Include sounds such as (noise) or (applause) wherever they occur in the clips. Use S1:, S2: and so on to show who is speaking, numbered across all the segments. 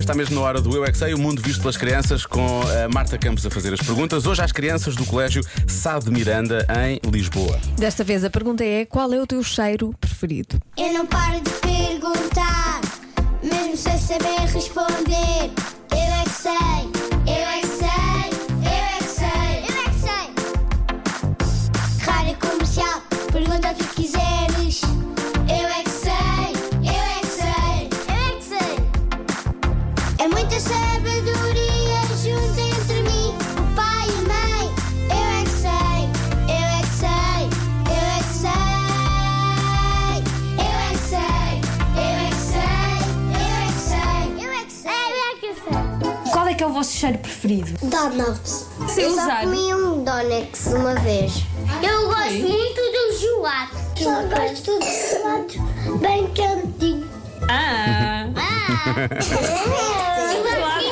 S1: está mesmo na hora do Eu é Que Sei, o mundo visto pelas crianças, com a Marta Campos a fazer as perguntas. Hoje às crianças do Colégio Sá de Miranda, em Lisboa.
S2: Desta vez a pergunta é: qual é o teu cheiro preferido?
S3: Eu não paro de perguntar, mesmo sem saber responder. Eu é que sei, eu é que sei, eu é que sei, eu é que sei. Rádio comercial, pergunta o que quiseres. Eu é que sei, eu é que sei, eu é que sei. É muita sabedoria junto entre mim, o pai e a mãe. Eu é que sei, eu é que sei, eu é que sei. Eu é que sei, eu é que sei, eu é que sei, eu é que sei, eu é que sei.
S4: Qual é que é o vosso cheiro preferido?
S3: Donuts.
S4: Sem
S3: eu
S4: usar.
S3: só comi um Donex uma vez. Eu gosto muito do gelado. Só gosto do gelado bem cantinho.
S4: Ah!
S3: Ah!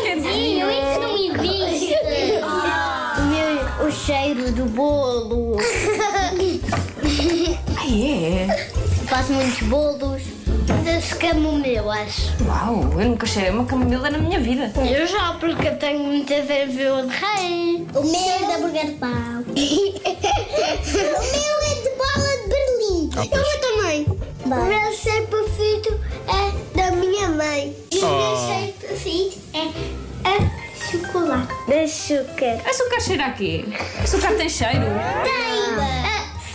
S4: cantinho,
S3: isso não existe. O, meu, o cheiro do bolo.
S4: (laughs) Ah, é?
S3: Faço muitos bolos das camomilas.
S4: Uau, eu nunca cheirei uma camomila na minha vida.
S3: Eu já, porque eu tenho muita vergonha de rei. O meu é da Burger Pau. (laughs) o meu é de bola de Berlim.
S1: Ah, pois.
S3: eu também. O meu cheiro preferido é da minha mãe. E o meu
S1: Oh.
S3: cheiro preferido é a chocolate. De açúcar.
S4: Açúcar cheira a quê? Açúcar tem cheiro?
S3: Tem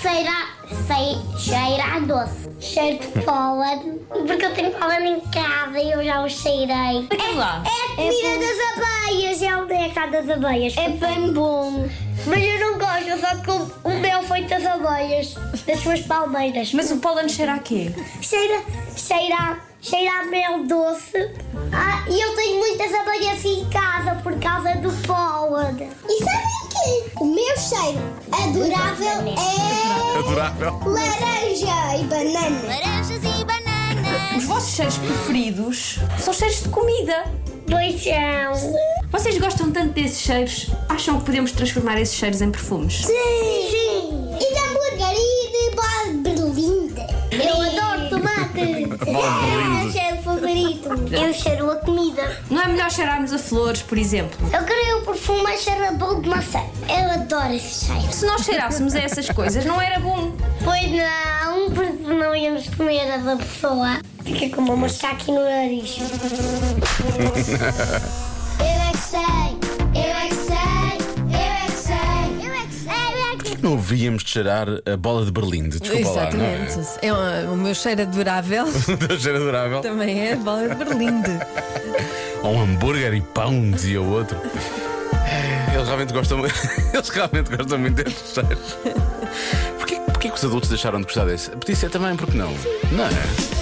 S3: cheira, cheira a doce. Cheiro de pólen. Porque eu tenho pólen em casa e eu já o cheirei.
S4: Daquele lá.
S3: É a comida das abelhas, é o néctar das abelhas. É bem bom. Mas eu não gosto, eu só como o meu foi das abelhas, das suas palmeiras.
S4: Mas o pólen cheira a quê?
S3: Cheira, cheira, cheira a mel doce. Ah, e eu tenho muitas abelhas em casa por causa do pólen. E sabem que o meu cheiro adorável é
S1: Adorável.
S3: laranja e banana. Laranjas e bananas.
S4: Os vossos cheiros preferidos são cheiros de comida.
S3: Beijão.
S4: Vocês gostam tanto desses cheiros, acham que podemos transformar esses cheiros em perfumes?
S3: Sim. E de hambúrguer e de bola de berlinda. Eu adoro tomate.
S1: Bola de berlinda.
S3: É o meu cheiro favorito. Eu cheiro a comida.
S4: Não é melhor cheirarmos a flores, por exemplo?
S3: Eu queria o é um perfume a cheiro a bolo de maçã. Eu adoro esse cheiro.
S4: Se nós cheirássemos a essas coisas, não era bom.
S3: Pois não, porque não íamos comer a da pessoa. Fica com uma mosca aqui no nariz. eu é que sei, eu é que sei, eu é que sei, eu é que sei, eu é que sei.
S1: Não ouvíamos de cheirar a bola de Berlim, desculpa
S2: Exatamente. É um- o meu cheiro adorável (laughs)
S1: lá. (laughs) Não é? Cheiro adorável.
S2: também é a bola de Berlinde.
S1: Ou um hambúrguer e pão, dizia o outro. É, Eles realmente gostam, mu- (laughs) eles realmente gostam muito destes cheiros. Porquê, porquê que os adultos deixaram de gostar desse? Podia ser também, porque não? Não é?